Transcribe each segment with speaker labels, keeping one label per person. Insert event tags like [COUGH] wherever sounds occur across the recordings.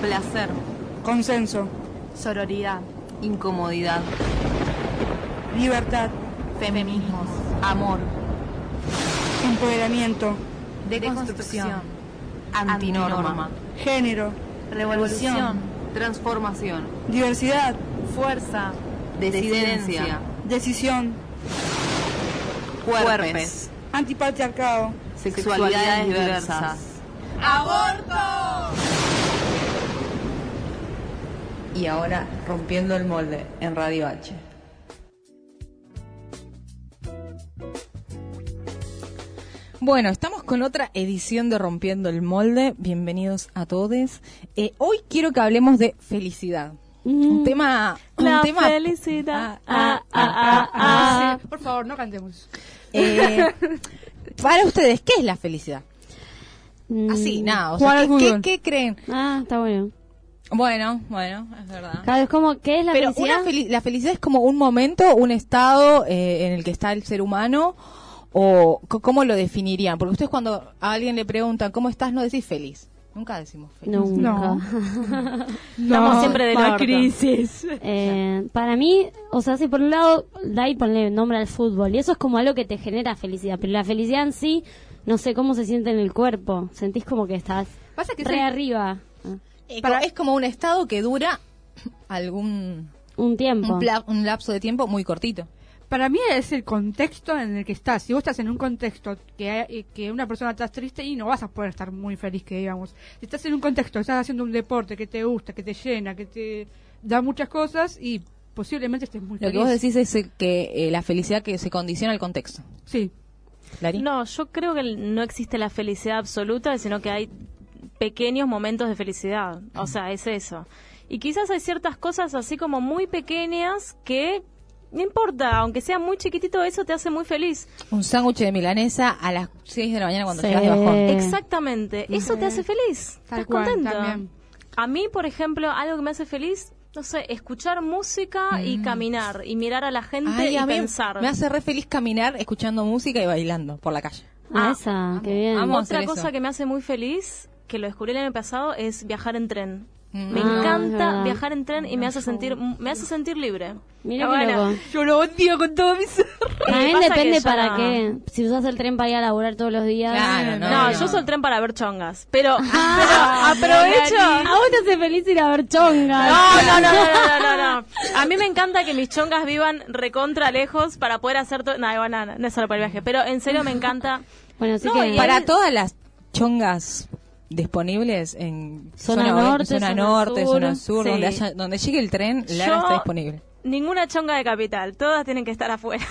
Speaker 1: Placer,
Speaker 2: consenso,
Speaker 1: sororidad, incomodidad,
Speaker 2: libertad,
Speaker 1: feminismos, amor,
Speaker 2: empoderamiento,
Speaker 1: deconstrucción, antinorma,
Speaker 2: género,
Speaker 1: revolución, transformación,
Speaker 2: diversidad,
Speaker 1: fuerza, decidencia,
Speaker 2: decisión,
Speaker 1: cuerpes,
Speaker 2: antipatriarcado,
Speaker 1: sexualidades diversas.
Speaker 3: ¡Aborto!
Speaker 4: Y ahora rompiendo el molde en Radio H.
Speaker 5: Bueno, estamos con otra edición de Rompiendo el Molde. Bienvenidos a todos. Eh, hoy quiero que hablemos de felicidad. Un tema. Un
Speaker 6: La
Speaker 5: tema
Speaker 6: felicidad.
Speaker 5: Mm. Ah, ah, ah, ah.
Speaker 3: Sí, por favor, no cantemos.
Speaker 5: Eh, para ustedes, ¿qué es la felicidad?
Speaker 6: Mm.
Speaker 5: Así, nada. O
Speaker 6: Jugar
Speaker 5: sea,
Speaker 6: al
Speaker 5: ¿qué, qué,
Speaker 6: fútbol.
Speaker 5: qué creen?
Speaker 6: Ah, está bueno.
Speaker 5: Bueno, bueno, es verdad.
Speaker 6: Claro, es como, ¿qué es la
Speaker 5: Pero
Speaker 6: felicidad?
Speaker 5: una feli- la felicidad es como un momento, un estado eh, en el que está el ser humano. ¿O co- cómo lo definirían? Porque ustedes cuando a alguien le preguntan, ¿cómo estás? No decís feliz. Nunca decimos feliz.
Speaker 6: Nunca. [LAUGHS]
Speaker 3: Estamos siempre de la crisis.
Speaker 6: Eh, para mí, o sea, si por un lado, Dai ponle nombre al fútbol, y eso es como algo que te genera felicidad, pero la felicidad en sí, no sé cómo se siente en el cuerpo, sentís como que estás
Speaker 3: Pasa que
Speaker 6: re
Speaker 3: es el-
Speaker 6: arriba Ah,
Speaker 5: Eh, co- Es como un estado que dura [CLEARS THROAT] algún
Speaker 6: un tiempo.
Speaker 5: un, pla- un lapso de tiempo muy cortito.
Speaker 3: Para mí es el contexto en el que estás. Si vos estás en un contexto que, hay- que una persona estás triste y no vas a poder estar muy feliz, que digamos. Si estás en un contexto, estás haciendo un deporte que te gusta, que te llena, que te da muchas cosas y posiblemente estés
Speaker 5: Lo
Speaker 3: muy feliz.
Speaker 5: que vos decís es eh, que eh, la felicidad que se condiciona al contexto.
Speaker 3: Sí.
Speaker 5: Clarín.
Speaker 7: No, yo creo que no existe la felicidad absoluta, sino que hay pequeños momentos de felicidad. O sea, es eso. Y quizás hay ciertas cosas así como muy pequeñas que no importa, aunque sea muy chiquitito, eso te hace muy feliz.
Speaker 5: Un sándwich de milanesa a las 6 de la mañana cuando
Speaker 6: Sí.
Speaker 5: llegas de bajón.
Speaker 6: Eh.
Speaker 7: Exactamente, eso te hace feliz.
Speaker 3: Tal
Speaker 7: Estás
Speaker 3: cual,
Speaker 7: contento.
Speaker 3: también.
Speaker 7: A mí, por ejemplo, algo que me hace feliz, no sé, escuchar música y caminar y mirar a la gente
Speaker 5: Mm. Ay,
Speaker 7: y
Speaker 5: a mí
Speaker 7: pensar.
Speaker 5: me hace re feliz caminar escuchando música y bailando por la calle.
Speaker 6: Ah,
Speaker 7: Ah,
Speaker 6: esa, qué bien.
Speaker 5: amo. Vamos a
Speaker 7: Otra
Speaker 5: hacer
Speaker 7: cosa
Speaker 5: eso.
Speaker 7: que me hace muy feliz, que lo descubrí el año pasado, es viajar en tren.
Speaker 5: Mm.
Speaker 7: Me
Speaker 6: Ah, es
Speaker 7: encanta
Speaker 6: verdad.
Speaker 7: viajar en tren y me hace sentir me hace sentir libre.
Speaker 6: Mira
Speaker 7: Ah,
Speaker 6: qué
Speaker 7: bueno. Eh,
Speaker 6: loco.
Speaker 3: Yo lo odio con todo mi ser.
Speaker 6: También
Speaker 7: Pasa que
Speaker 6: depende
Speaker 7: ya-
Speaker 6: para qué. Si usas el tren para ir a laburar todos los días.
Speaker 5: Claro, no.
Speaker 7: No, yo uso el tren para ver chongas, pero,
Speaker 6: Ah,
Speaker 7: pero aprovecho.
Speaker 6: A vos te hace feliz ir a ver chongas.
Speaker 7: No, no, no, no, no, no, no, no. A mí me encanta que mis chongas vivan recontra lejos para poder hacer todo. No, igual, no, no, no es solo para el viaje, pero en serio
Speaker 5: [LAUGHS]
Speaker 7: me encanta.
Speaker 6: Bueno, así
Speaker 7: No,
Speaker 6: que.
Speaker 7: y
Speaker 5: Para
Speaker 7: ahí-
Speaker 5: todas las chongas disponibles en
Speaker 6: Zona
Speaker 5: oeste,
Speaker 6: norte,
Speaker 5: zona,
Speaker 6: zona
Speaker 5: norte,
Speaker 6: sur.
Speaker 5: zona sur,
Speaker 7: Sí.
Speaker 5: donde, haya- donde llegue el tren, Lara
Speaker 7: Yo-
Speaker 5: está disponible.
Speaker 7: Ninguna chonga de capital, todas tienen que
Speaker 5: [LAUGHS]
Speaker 7: estar afuera.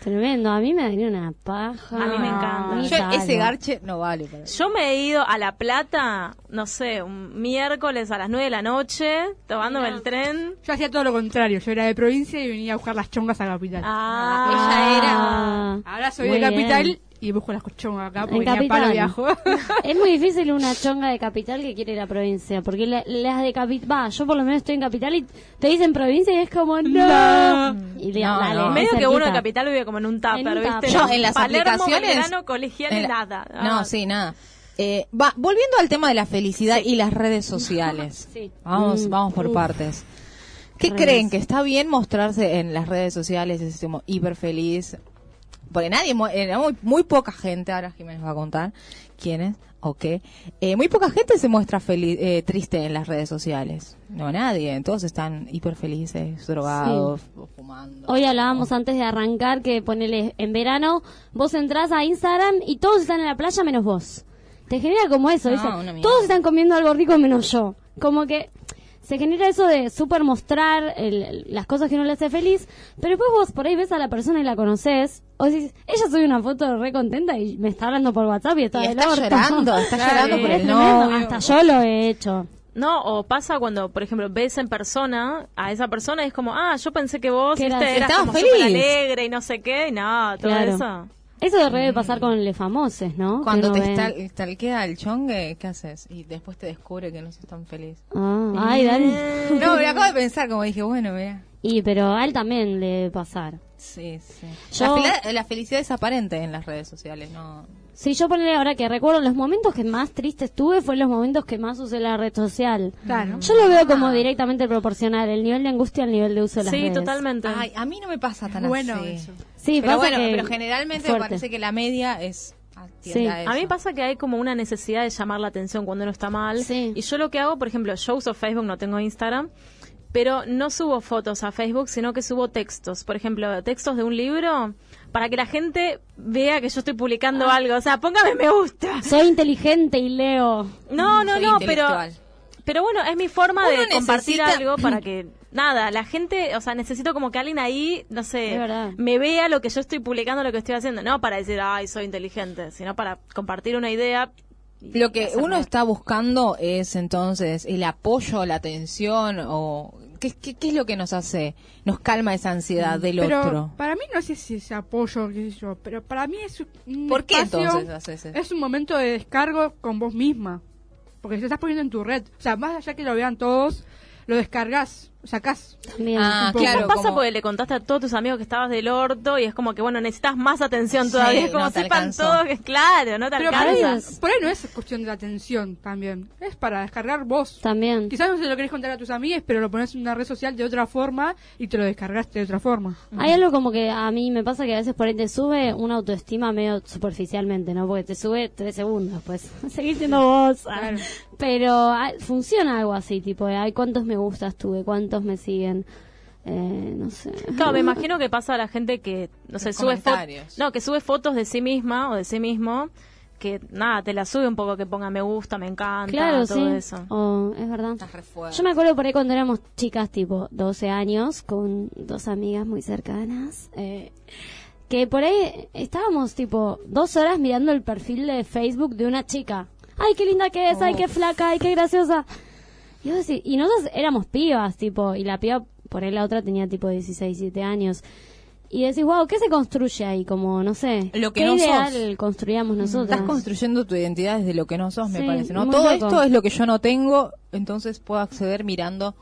Speaker 6: Tremendo, a mí me daría una paja.
Speaker 7: A mí me encanta.
Speaker 6: Ni
Speaker 7: Yo-
Speaker 5: Yo- ese
Speaker 6: tal.
Speaker 5: garche no vale para mí.
Speaker 7: Yo me he ido a La Plata, no sé, un miércoles a las 9 de la noche, tomándome el tren.
Speaker 3: Yo hacía todo lo contrario. Yo era de provincia y venía a buscar las chongas a capital.
Speaker 7: Ah,
Speaker 5: Ella era...
Speaker 6: Ah,
Speaker 3: Ahora soy
Speaker 6: muy
Speaker 3: de capital
Speaker 6: bien.
Speaker 3: y busco las chongas acá
Speaker 6: En
Speaker 3: porque ni a palo
Speaker 6: capital.
Speaker 3: viajo.
Speaker 6: [LAUGHS] es muy difícil una chonga de capital que quiere ir a provincia, porque la- las de capital, va, yo por lo menos estoy en capital y te dicen provincia y es como no. Y le-
Speaker 5: No, no.
Speaker 7: Medio que
Speaker 6: cerquita.
Speaker 7: uno de capital vive como en un tupper,
Speaker 6: En un
Speaker 7: ¿viste?
Speaker 6: tupper.
Speaker 5: Yo en las
Speaker 7: Palermo,
Speaker 5: aplicaciones.
Speaker 7: Belgrano, colegial,
Speaker 5: en la-
Speaker 7: nada.
Speaker 5: No,
Speaker 7: Ah,
Speaker 5: sí, nada. Eh, va, volviendo al tema de la felicidad y las redes
Speaker 7: [LAUGHS]
Speaker 5: sociales.
Speaker 6: Sí.
Speaker 5: Vamos,
Speaker 6: Mm,
Speaker 5: vamos por
Speaker 6: uf.
Speaker 5: partes. ¿Qué
Speaker 6: Redes.
Speaker 5: creen? ¿Que está bien mostrarse en las redes sociales es como hiper feliz? Porque nadie, mu- eh, muy, muy poca gente, ahora Jiménez va a contar quiénes o qué. Eh, muy poca gente se muestra feliz, eh, triste en las redes sociales. No, nadie. Todos están hiper felices, drogados, fumando.
Speaker 6: Hoy hablábamos antes de arrancar que ponele en verano, vos entrás a Instagram y todos están en la playa menos vos. Te genera como eso,
Speaker 5: No,
Speaker 6: dice,
Speaker 5: una mierda.
Speaker 6: todos están comiendo algo rico menos yo. Como que se genera eso de super mostrar el- el- las cosas que no le hace feliz, pero después vos por ahí ves a la persona y la conoces, o decís, ella sube una foto re contenta y me está hablando por WhatsApp y está,
Speaker 5: Y
Speaker 6: del
Speaker 5: está
Speaker 6: orto".
Speaker 5: llorando,
Speaker 6: [LAUGHS]
Speaker 5: está
Speaker 6: Claro,
Speaker 5: llorando por
Speaker 6: es
Speaker 5: el
Speaker 6: tremendo,
Speaker 5: novio.
Speaker 6: Hasta yo lo he hecho.
Speaker 7: No, o pasa cuando, por ejemplo, ves en persona a esa persona y es como, ah, yo pensé que vos
Speaker 6: Que
Speaker 7: viste,
Speaker 6: eras-
Speaker 7: eras
Speaker 5: Estabas
Speaker 7: como
Speaker 5: feliz.
Speaker 7: súper alegre y no sé qué, y no, todo
Speaker 6: Claro.
Speaker 7: eso.
Speaker 6: Eso debe de pasar con los famosos, ¿no? Que
Speaker 5: Cuando
Speaker 6: uno
Speaker 5: te
Speaker 6: ve.
Speaker 5: stal- stalkea el chongue, ¿qué haces? Y después te descubre que no sos tan [LAUGHS] feliz.
Speaker 6: Ah, ay, Dani. [LAUGHS]
Speaker 5: No, me lo acabo de pensar, como dije, bueno, mira.
Speaker 6: Y pero a él también le debe pasar.
Speaker 5: Sí, sí.
Speaker 6: Yo-
Speaker 5: La, fel- la felicidad es aparente en las redes sociales, ¿no?
Speaker 6: Si yo ponele ahora que recuerdo los momentos que más tristes tuve fue los momentos que más usé la red social.
Speaker 3: Claro.
Speaker 6: Yo lo veo como directamente proporcional, el nivel de angustia al nivel de uso de las
Speaker 7: Sí,
Speaker 6: redes.
Speaker 7: totalmente.
Speaker 5: Ay, a mí no me pasa tan
Speaker 3: Bueno,
Speaker 5: así.
Speaker 3: eso.
Speaker 6: Sí,
Speaker 5: pero
Speaker 6: pasa
Speaker 5: bueno,
Speaker 6: que-
Speaker 5: pero generalmente me
Speaker 6: fuerte.
Speaker 5: parece que la media es atiende
Speaker 6: Sí.
Speaker 5: a eso.
Speaker 7: A mí me pasa que hay como una necesidad de llamar la atención cuando uno está mal.
Speaker 6: Sí.
Speaker 7: Y yo lo que hago, por ejemplo, yo uso Facebook, no tengo Instagram, pero no subo fotos a Facebook, sino que subo textos. Por ejemplo, textos de un libro para que la gente vea que yo estoy publicando
Speaker 5: Ah.
Speaker 7: algo. O sea, póngame me gusta.
Speaker 6: Soy inteligente y leo.
Speaker 7: No, no,
Speaker 5: Mm, soy
Speaker 7: no, pero...
Speaker 5: intelectual.
Speaker 7: Pero bueno, es mi forma
Speaker 5: Uno
Speaker 7: de compartir
Speaker 5: necesita-
Speaker 7: algo
Speaker 5: [CLEARS THROAT]
Speaker 7: para que... Nada, la gente, o sea, necesito como que alguien ahí, no
Speaker 6: Es
Speaker 7: sé,
Speaker 6: verdad.
Speaker 7: me vea lo que yo estoy publicando, lo que estoy haciendo. No para decir, ay, soy inteligente, sino para compartir una idea. y
Speaker 5: Lo que
Speaker 7: hacerlo
Speaker 5: uno
Speaker 7: ver.
Speaker 5: está buscando es entonces el apoyo, la atención o ¿qué, qué, qué es lo que nos hace? Nos calma esa ansiedad del
Speaker 3: pero
Speaker 5: otro.
Speaker 3: para mí no sé si es apoyo, qué sé yo, pero para mí es un
Speaker 5: ¿Por qué
Speaker 3: espacio-
Speaker 5: entonces haces eso?
Speaker 3: Es un momento de descargo con vos misma, porque te estás poniendo en tu red. O sea, más allá que lo vean todos, lo descargas, sacás.
Speaker 6: También.
Speaker 5: Ah,
Speaker 3: poco.
Speaker 5: claro,
Speaker 7: Capaz pasa
Speaker 5: como-
Speaker 7: porque le contaste a todos tus amigos que estabas del orto y es como que, bueno, necesitas más atención todavía.
Speaker 5: Sí,
Speaker 7: es como
Speaker 5: no te
Speaker 7: sepan
Speaker 5: alcanzó.
Speaker 7: todos que, claro, no te
Speaker 3: Pero por ahí,
Speaker 7: alcanza.
Speaker 6: alcanzas.
Speaker 3: por ahí no es cuestión de atención también, es para descargar vos.
Speaker 6: También.
Speaker 3: Quizás no se lo querés contar a tus amigos, pero lo pones en una red social de otra forma y te lo descargaste de otra forma.
Speaker 6: Hay algo como que a mí me pasa que a veces por ahí te sube una autoestima medio superficialmente, ¿no? Porque te sube tres segundos, pues. [LAUGHS] Seguís siendo vos. Ah.
Speaker 3: Claro.
Speaker 6: Pero ah, funciona algo así, tipo, de, ay, ¿cuántos me gustas tuve? ¿Cuántos me siguen? Eh, no sé.
Speaker 7: Claro, me imagino que pasa a la gente que, no sé,
Speaker 5: Los
Speaker 7: sube, fo-
Speaker 5: comentarios.
Speaker 7: no, que sube fotos de sí misma o de sí mismo, que nada, te la sube un poco, que ponga me gusta, me encanta,
Speaker 6: Claro,
Speaker 7: todo
Speaker 6: sí.
Speaker 7: eso.
Speaker 6: Oh, es verdad.
Speaker 5: Estás re fuerte.
Speaker 6: Yo me acuerdo por ahí cuando éramos chicas, tipo 12 años, con dos amigas muy cercanas, eh, que por ahí estábamos tipo dos horas mirando el perfil de Facebook de una chica. ¡Ay, qué linda que es! ¡Ay, qué flaca! ¡Ay, qué graciosa! Y, vos decís- y nosotros éramos pibas, tipo, y la piba, por ahí la otra tenía tipo 16, 17 años. Y decís, wow, ¿qué se construye ahí? Como, no sé,
Speaker 5: Lo que
Speaker 6: ¿qué
Speaker 5: no sos.
Speaker 6: ideal construíamos nosotros?
Speaker 5: Estás construyendo tu identidad desde lo que no sos, me
Speaker 6: Sí,
Speaker 5: parece, ¿no?
Speaker 6: muy
Speaker 5: Todo
Speaker 6: loco.
Speaker 5: esto es lo que yo no tengo, entonces puedo acceder mirando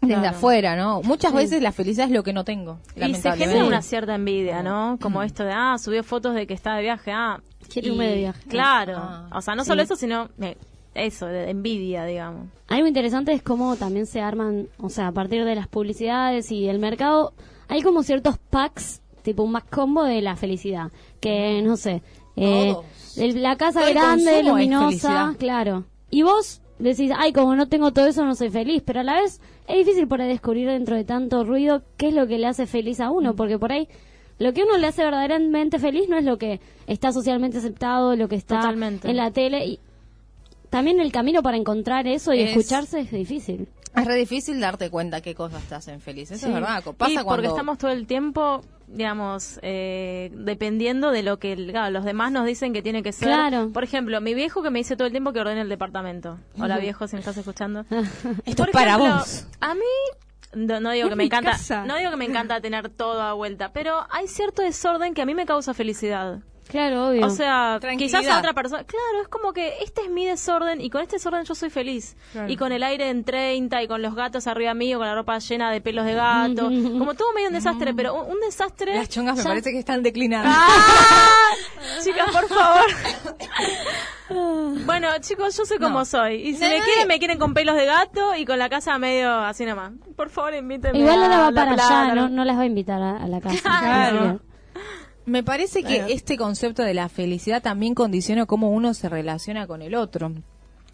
Speaker 5: desde afuera, ¿no? Muchas veces la felicidad es lo que no tengo,
Speaker 7: Y se
Speaker 5: lamentablemente.
Speaker 7: genera una cierta envidia, ¿no? Como esto de, ah, subió fotos de que está de viaje, ah.
Speaker 6: Mm. Quiero
Speaker 7: y-
Speaker 6: irme de viaje.
Speaker 7: Claro.
Speaker 5: Ah,
Speaker 7: o sea, no solo eso, sino eh, eso, de de envidia, digamos.
Speaker 6: Algo interesante es cómo también se arman, o sea, a partir de las publicidades y el mercado, hay como ciertos packs, tipo un más combo de la felicidad, que no sé, eh,
Speaker 5: Todos.
Speaker 6: el- la casa
Speaker 5: Todo el
Speaker 6: grande,
Speaker 5: consumo es
Speaker 6: luminosa,
Speaker 5: felicidad.
Speaker 6: claro. Y vos decís, ay, como no tengo todo eso, no soy feliz, pero a la vez es difícil por ahí descubrir dentro de tanto ruido qué es lo que le hace feliz a uno, porque por ahí... Lo que uno le hace verdaderamente feliz no es lo que está socialmente aceptado, lo que está
Speaker 7: Totalmente.
Speaker 6: en la tele. Y también el camino para encontrar eso y
Speaker 5: Es-
Speaker 6: escucharse es difícil.
Speaker 5: Es re difícil darte cuenta qué cosas te hacen feliz. Eso
Speaker 7: Sí.
Speaker 5: es verdad. co- Pasa
Speaker 7: Y
Speaker 5: cuando
Speaker 7: porque estamos todo el tiempo, digamos, eh, dependiendo de lo que el- claro, los demás nos dicen que tiene que ser.
Speaker 6: Claro.
Speaker 7: Por ejemplo, mi viejo que me dice todo el tiempo que ordene el departamento. Hola viejo, si me estás escuchando.
Speaker 5: [LAUGHS] Esto
Speaker 7: Por
Speaker 5: es para
Speaker 7: ejemplo,
Speaker 5: vos.
Speaker 7: A mí no, no digo
Speaker 3: Es
Speaker 7: que me
Speaker 3: mi
Speaker 7: encanta,
Speaker 3: casa.
Speaker 7: no digo que me encanta tener todo a vuelta, pero hay cierto desorden que a mí me causa felicidad.
Speaker 6: Claro, obvio.
Speaker 7: O sea,
Speaker 5: Tranquilidad.
Speaker 7: quizás a otra persona. Claro, es como que este es mi desorden y con este desorden yo soy feliz.
Speaker 3: Claro.
Speaker 7: Y con el aire en 30 y con los gatos arriba mío, con la ropa llena de pelos de gato. como todo medio un desastre, pero un, un desastre.
Speaker 5: Las chongas me
Speaker 7: ya-
Speaker 5: parece que están declinadas.
Speaker 7: ¡Ah! Chicas, por favor. bueno, chicos, yo soy como
Speaker 5: No.
Speaker 7: soy. Y si
Speaker 5: No,
Speaker 7: me
Speaker 5: no,
Speaker 7: quieren,
Speaker 5: no.
Speaker 7: me quieren con pelos de gato y con la casa medio así nomás. Por favor, invítenme.
Speaker 6: Igual
Speaker 7: a
Speaker 6: ahora va
Speaker 7: La
Speaker 6: para allá,
Speaker 7: Plata,
Speaker 6: no, no las va a invitar a, a la casa.
Speaker 3: Claro.
Speaker 5: Me parece que este concepto de la felicidad también condiciona cómo uno se relaciona con el otro.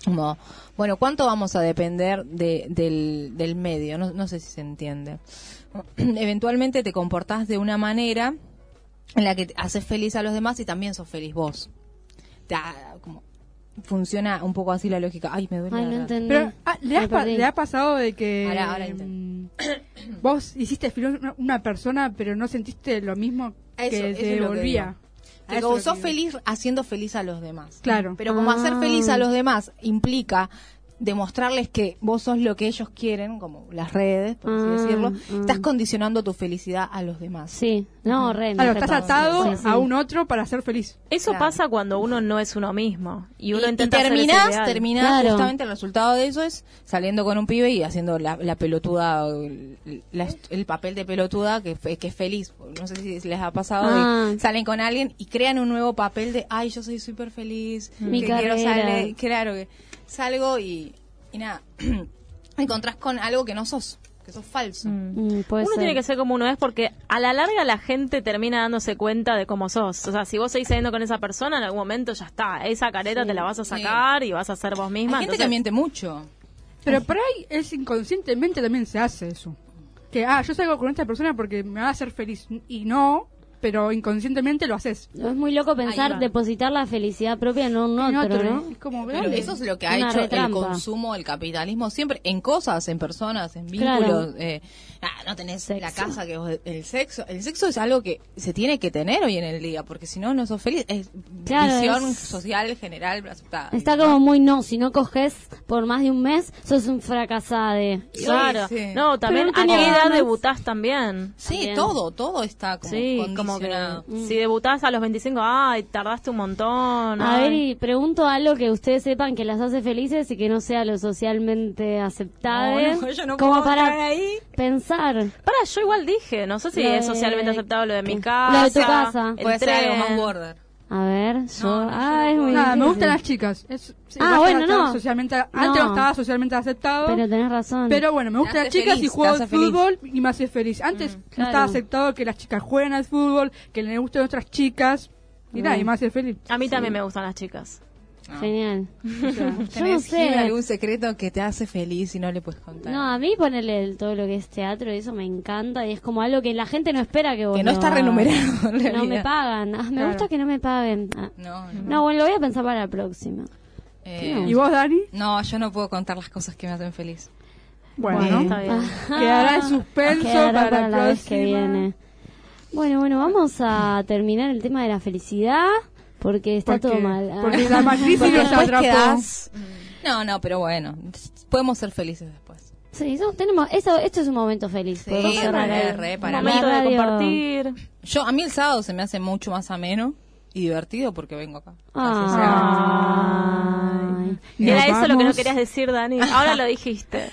Speaker 5: Como, bueno, ¿cuánto vamos a depender de- del, del medio? No, no sé si se entiende. [CLEARS THROAT] Eventualmente te comportás de una manera en la que te haces feliz a los demás y también sos feliz vos. Te ha- como, funciona un poco así la lógica. Ay, me duele.
Speaker 6: Ay,
Speaker 5: la
Speaker 6: no
Speaker 5: garganta.
Speaker 6: entendí.
Speaker 3: Pero ah, ¿le,
Speaker 6: Me
Speaker 3: has pa-
Speaker 6: perdí.
Speaker 3: le ha pasado de que
Speaker 5: Mm, Ahora- ahora
Speaker 3: mm, vos hiciste feliz a una- una persona, pero no sentiste lo mismo
Speaker 5: A eso-
Speaker 3: que
Speaker 5: eso
Speaker 3: te
Speaker 5: es lo que
Speaker 3: volvía? A
Speaker 5: Te
Speaker 3: eso
Speaker 5: causó
Speaker 3: que-
Speaker 5: feliz haciendo feliz a los demás.
Speaker 3: Claro. Ah.
Speaker 5: Pero como hacer feliz a los demás implica demostrarles que vos sos lo que ellos quieren, como las redes, por así
Speaker 6: Mm,
Speaker 3: Ah,
Speaker 5: decirlo,
Speaker 6: mm.
Speaker 5: estás condicionando tu felicidad a los demás.
Speaker 6: Sí, no, re. me
Speaker 3: Claro, estás
Speaker 6: recontra-
Speaker 3: atado
Speaker 6: sí, sí.
Speaker 3: a un otro para ser feliz.
Speaker 7: Eso
Speaker 5: Claro.
Speaker 7: pasa cuando uno no es uno mismo. Y uno
Speaker 5: y, y
Speaker 7: intenta ser ese
Speaker 5: terminás,
Speaker 7: ideal.
Speaker 5: terminás
Speaker 6: Claro.
Speaker 5: justamente el resultado de eso es saliendo con un pibe y haciendo la, la pelotuda, o el- la est- el papel de pelotuda que, fe- que es feliz. No sé si les ha pasado.
Speaker 6: Ah.
Speaker 5: y salen con alguien y crean un nuevo papel de, ay, yo soy súper feliz.
Speaker 7: Mm.
Speaker 6: Mi
Speaker 5: que quiero
Speaker 6: carrera.
Speaker 5: salir". Claro, que salgo y, y nada, [CLEARS THROAT] encontrás con algo que no sos, que sos falso.
Speaker 6: Mm, puede
Speaker 7: uno
Speaker 6: ser.
Speaker 7: tiene que ser como uno es porque a la larga la gente termina dándose cuenta de cómo sos. O sea, si vos seguís saliendo con esa persona, en algún momento ya está. Esa careta te la vas a sacar y vas a ser vos
Speaker 5: Hay
Speaker 7: misma.
Speaker 5: gente
Speaker 7: entonces-
Speaker 5: que miente mucho.
Speaker 3: Pero por ahí es inconscientemente también se hace eso. Que, ah, yo salgo con esta persona porque me va a hacer feliz. Y no, pero inconscientemente lo haces.
Speaker 6: Es muy loco
Speaker 5: va.
Speaker 6: pensar depositar la felicidad propia en un
Speaker 3: En
Speaker 6: otro,
Speaker 3: otro,
Speaker 6: ¿no?
Speaker 3: Es como,
Speaker 5: Pero
Speaker 3: dale.
Speaker 5: eso es lo que ha
Speaker 6: Una
Speaker 5: hecho el
Speaker 6: retrampa.
Speaker 5: consumo, el capitalismo, siempre en cosas, en personas, en vínculos.
Speaker 6: Claro.
Speaker 5: eh, ah, no tenés la
Speaker 6: Sexo.
Speaker 5: casa que vos- el sexo. El sexo es algo que se tiene que tener hoy en el día, porque si no, no sos feliz. Es
Speaker 6: Claro,
Speaker 5: visión
Speaker 6: es-
Speaker 5: social general aceptada.
Speaker 6: Está como muy no, si no coges por más de un mes, sos un fracasade.
Speaker 7: Claro.
Speaker 5: Sí.
Speaker 7: No, también
Speaker 6: Pero no tenía
Speaker 7: a qué edad
Speaker 6: ganas.
Speaker 7: debutás también.
Speaker 5: Sí,
Speaker 6: También.
Speaker 5: todo, todo está como
Speaker 7: Sí, como que
Speaker 5: condicionado.
Speaker 7: si debutás a los 25, ay, tardaste un montón.
Speaker 6: Mm. A
Speaker 7: ay.
Speaker 6: ver, y pregunto algo que ustedes sepan que las hace felices y que no sea lo socialmente aceptable.
Speaker 5: No, no, yo no
Speaker 6: como
Speaker 5: puedo
Speaker 6: para
Speaker 5: entrar ahí.
Speaker 6: pensar.
Speaker 7: Para, yo igual dije, no sé si
Speaker 6: Lo de-
Speaker 7: es socialmente aceptable lo de mi
Speaker 6: Lo de
Speaker 7: casa.
Speaker 6: tu casa.
Speaker 7: el
Speaker 5: Puede ser algo
Speaker 7: tren.
Speaker 5: más border.
Speaker 6: A ver, yo.
Speaker 5: no, yo
Speaker 6: ah,
Speaker 5: no
Speaker 6: es
Speaker 5: puedo.
Speaker 6: muy
Speaker 3: Nada, me
Speaker 6: difícil.
Speaker 3: gustan las chicas. Es, sí,
Speaker 6: Ah,
Speaker 3: basta
Speaker 6: bueno,
Speaker 3: de estar
Speaker 6: no.
Speaker 3: socialmente- antes
Speaker 6: No.
Speaker 3: no estaba socialmente aceptado.
Speaker 6: Pero
Speaker 3: Pero,
Speaker 6: tenés razón.
Speaker 3: ah, bueno, me
Speaker 5: Te
Speaker 3: gustan las
Speaker 5: hace
Speaker 3: chicas y
Speaker 5: feliz,
Speaker 3: juego
Speaker 5: te
Speaker 3: al
Speaker 5: hace feliz.
Speaker 3: fútbol y me hace feliz. Antes no
Speaker 6: claro.
Speaker 3: estaba aceptado que las chicas jueguen al fútbol, que le gusten otras chicas. Y nada, y me hace feliz.
Speaker 7: A mí también me gustan las chicas.
Speaker 6: Genial. yo no
Speaker 5: ¿Tenés, Gil,
Speaker 6: sé.
Speaker 5: algún secreto que te hace feliz y no le puedes contar?
Speaker 6: No, a mí ponerle el- todo lo que es teatro, eso me encanta y es como algo que la gente no espera que vos
Speaker 5: Que no
Speaker 6: lo
Speaker 5: está
Speaker 6: hagas.
Speaker 5: renumerado, en
Speaker 6: No me
Speaker 5: realidad.
Speaker 6: pagan. Ah, me
Speaker 3: Claro.
Speaker 6: gusta que no me paguen. Ah.
Speaker 5: No, no.
Speaker 6: No, bueno, lo voy a pensar para la próxima.
Speaker 5: Eh,
Speaker 6: No.
Speaker 3: ¿Y vos, Dani?
Speaker 5: no, yo no puedo contar las cosas que me hacen feliz.
Speaker 3: Bueno,
Speaker 7: Está bien.
Speaker 6: Ah.
Speaker 3: quedará en suspenso
Speaker 6: Quedará
Speaker 3: para,
Speaker 6: para
Speaker 3: la,
Speaker 6: la vez
Speaker 3: próxima.
Speaker 6: que viene. Bueno, bueno, vamos a terminar el tema de la felicidad porque está
Speaker 3: Porque-
Speaker 6: todo mal. Ah.
Speaker 3: Porque la matriz
Speaker 5: Porque
Speaker 3: nos
Speaker 5: después
Speaker 3: atrapó.
Speaker 5: quedás- Mm. No, no, pero bueno, podemos ser felices después.
Speaker 6: Sí, no, tenemos, eso, esto es un momento feliz.
Speaker 5: Sí,
Speaker 6: Podemos cerrar
Speaker 5: re,
Speaker 6: ahí.
Speaker 5: re,
Speaker 7: Un
Speaker 5: para
Speaker 7: momento
Speaker 6: mí.
Speaker 7: de
Speaker 6: Radio.
Speaker 7: compartir.
Speaker 5: Yo a mí el sábado se me hace mucho más ameno y divertido porque vengo acá. Así sea.
Speaker 6: Ay.
Speaker 3: Nos
Speaker 7: Era eso lo que no
Speaker 3: vamos.
Speaker 7: querías decir, Dani. Ahora lo dijiste.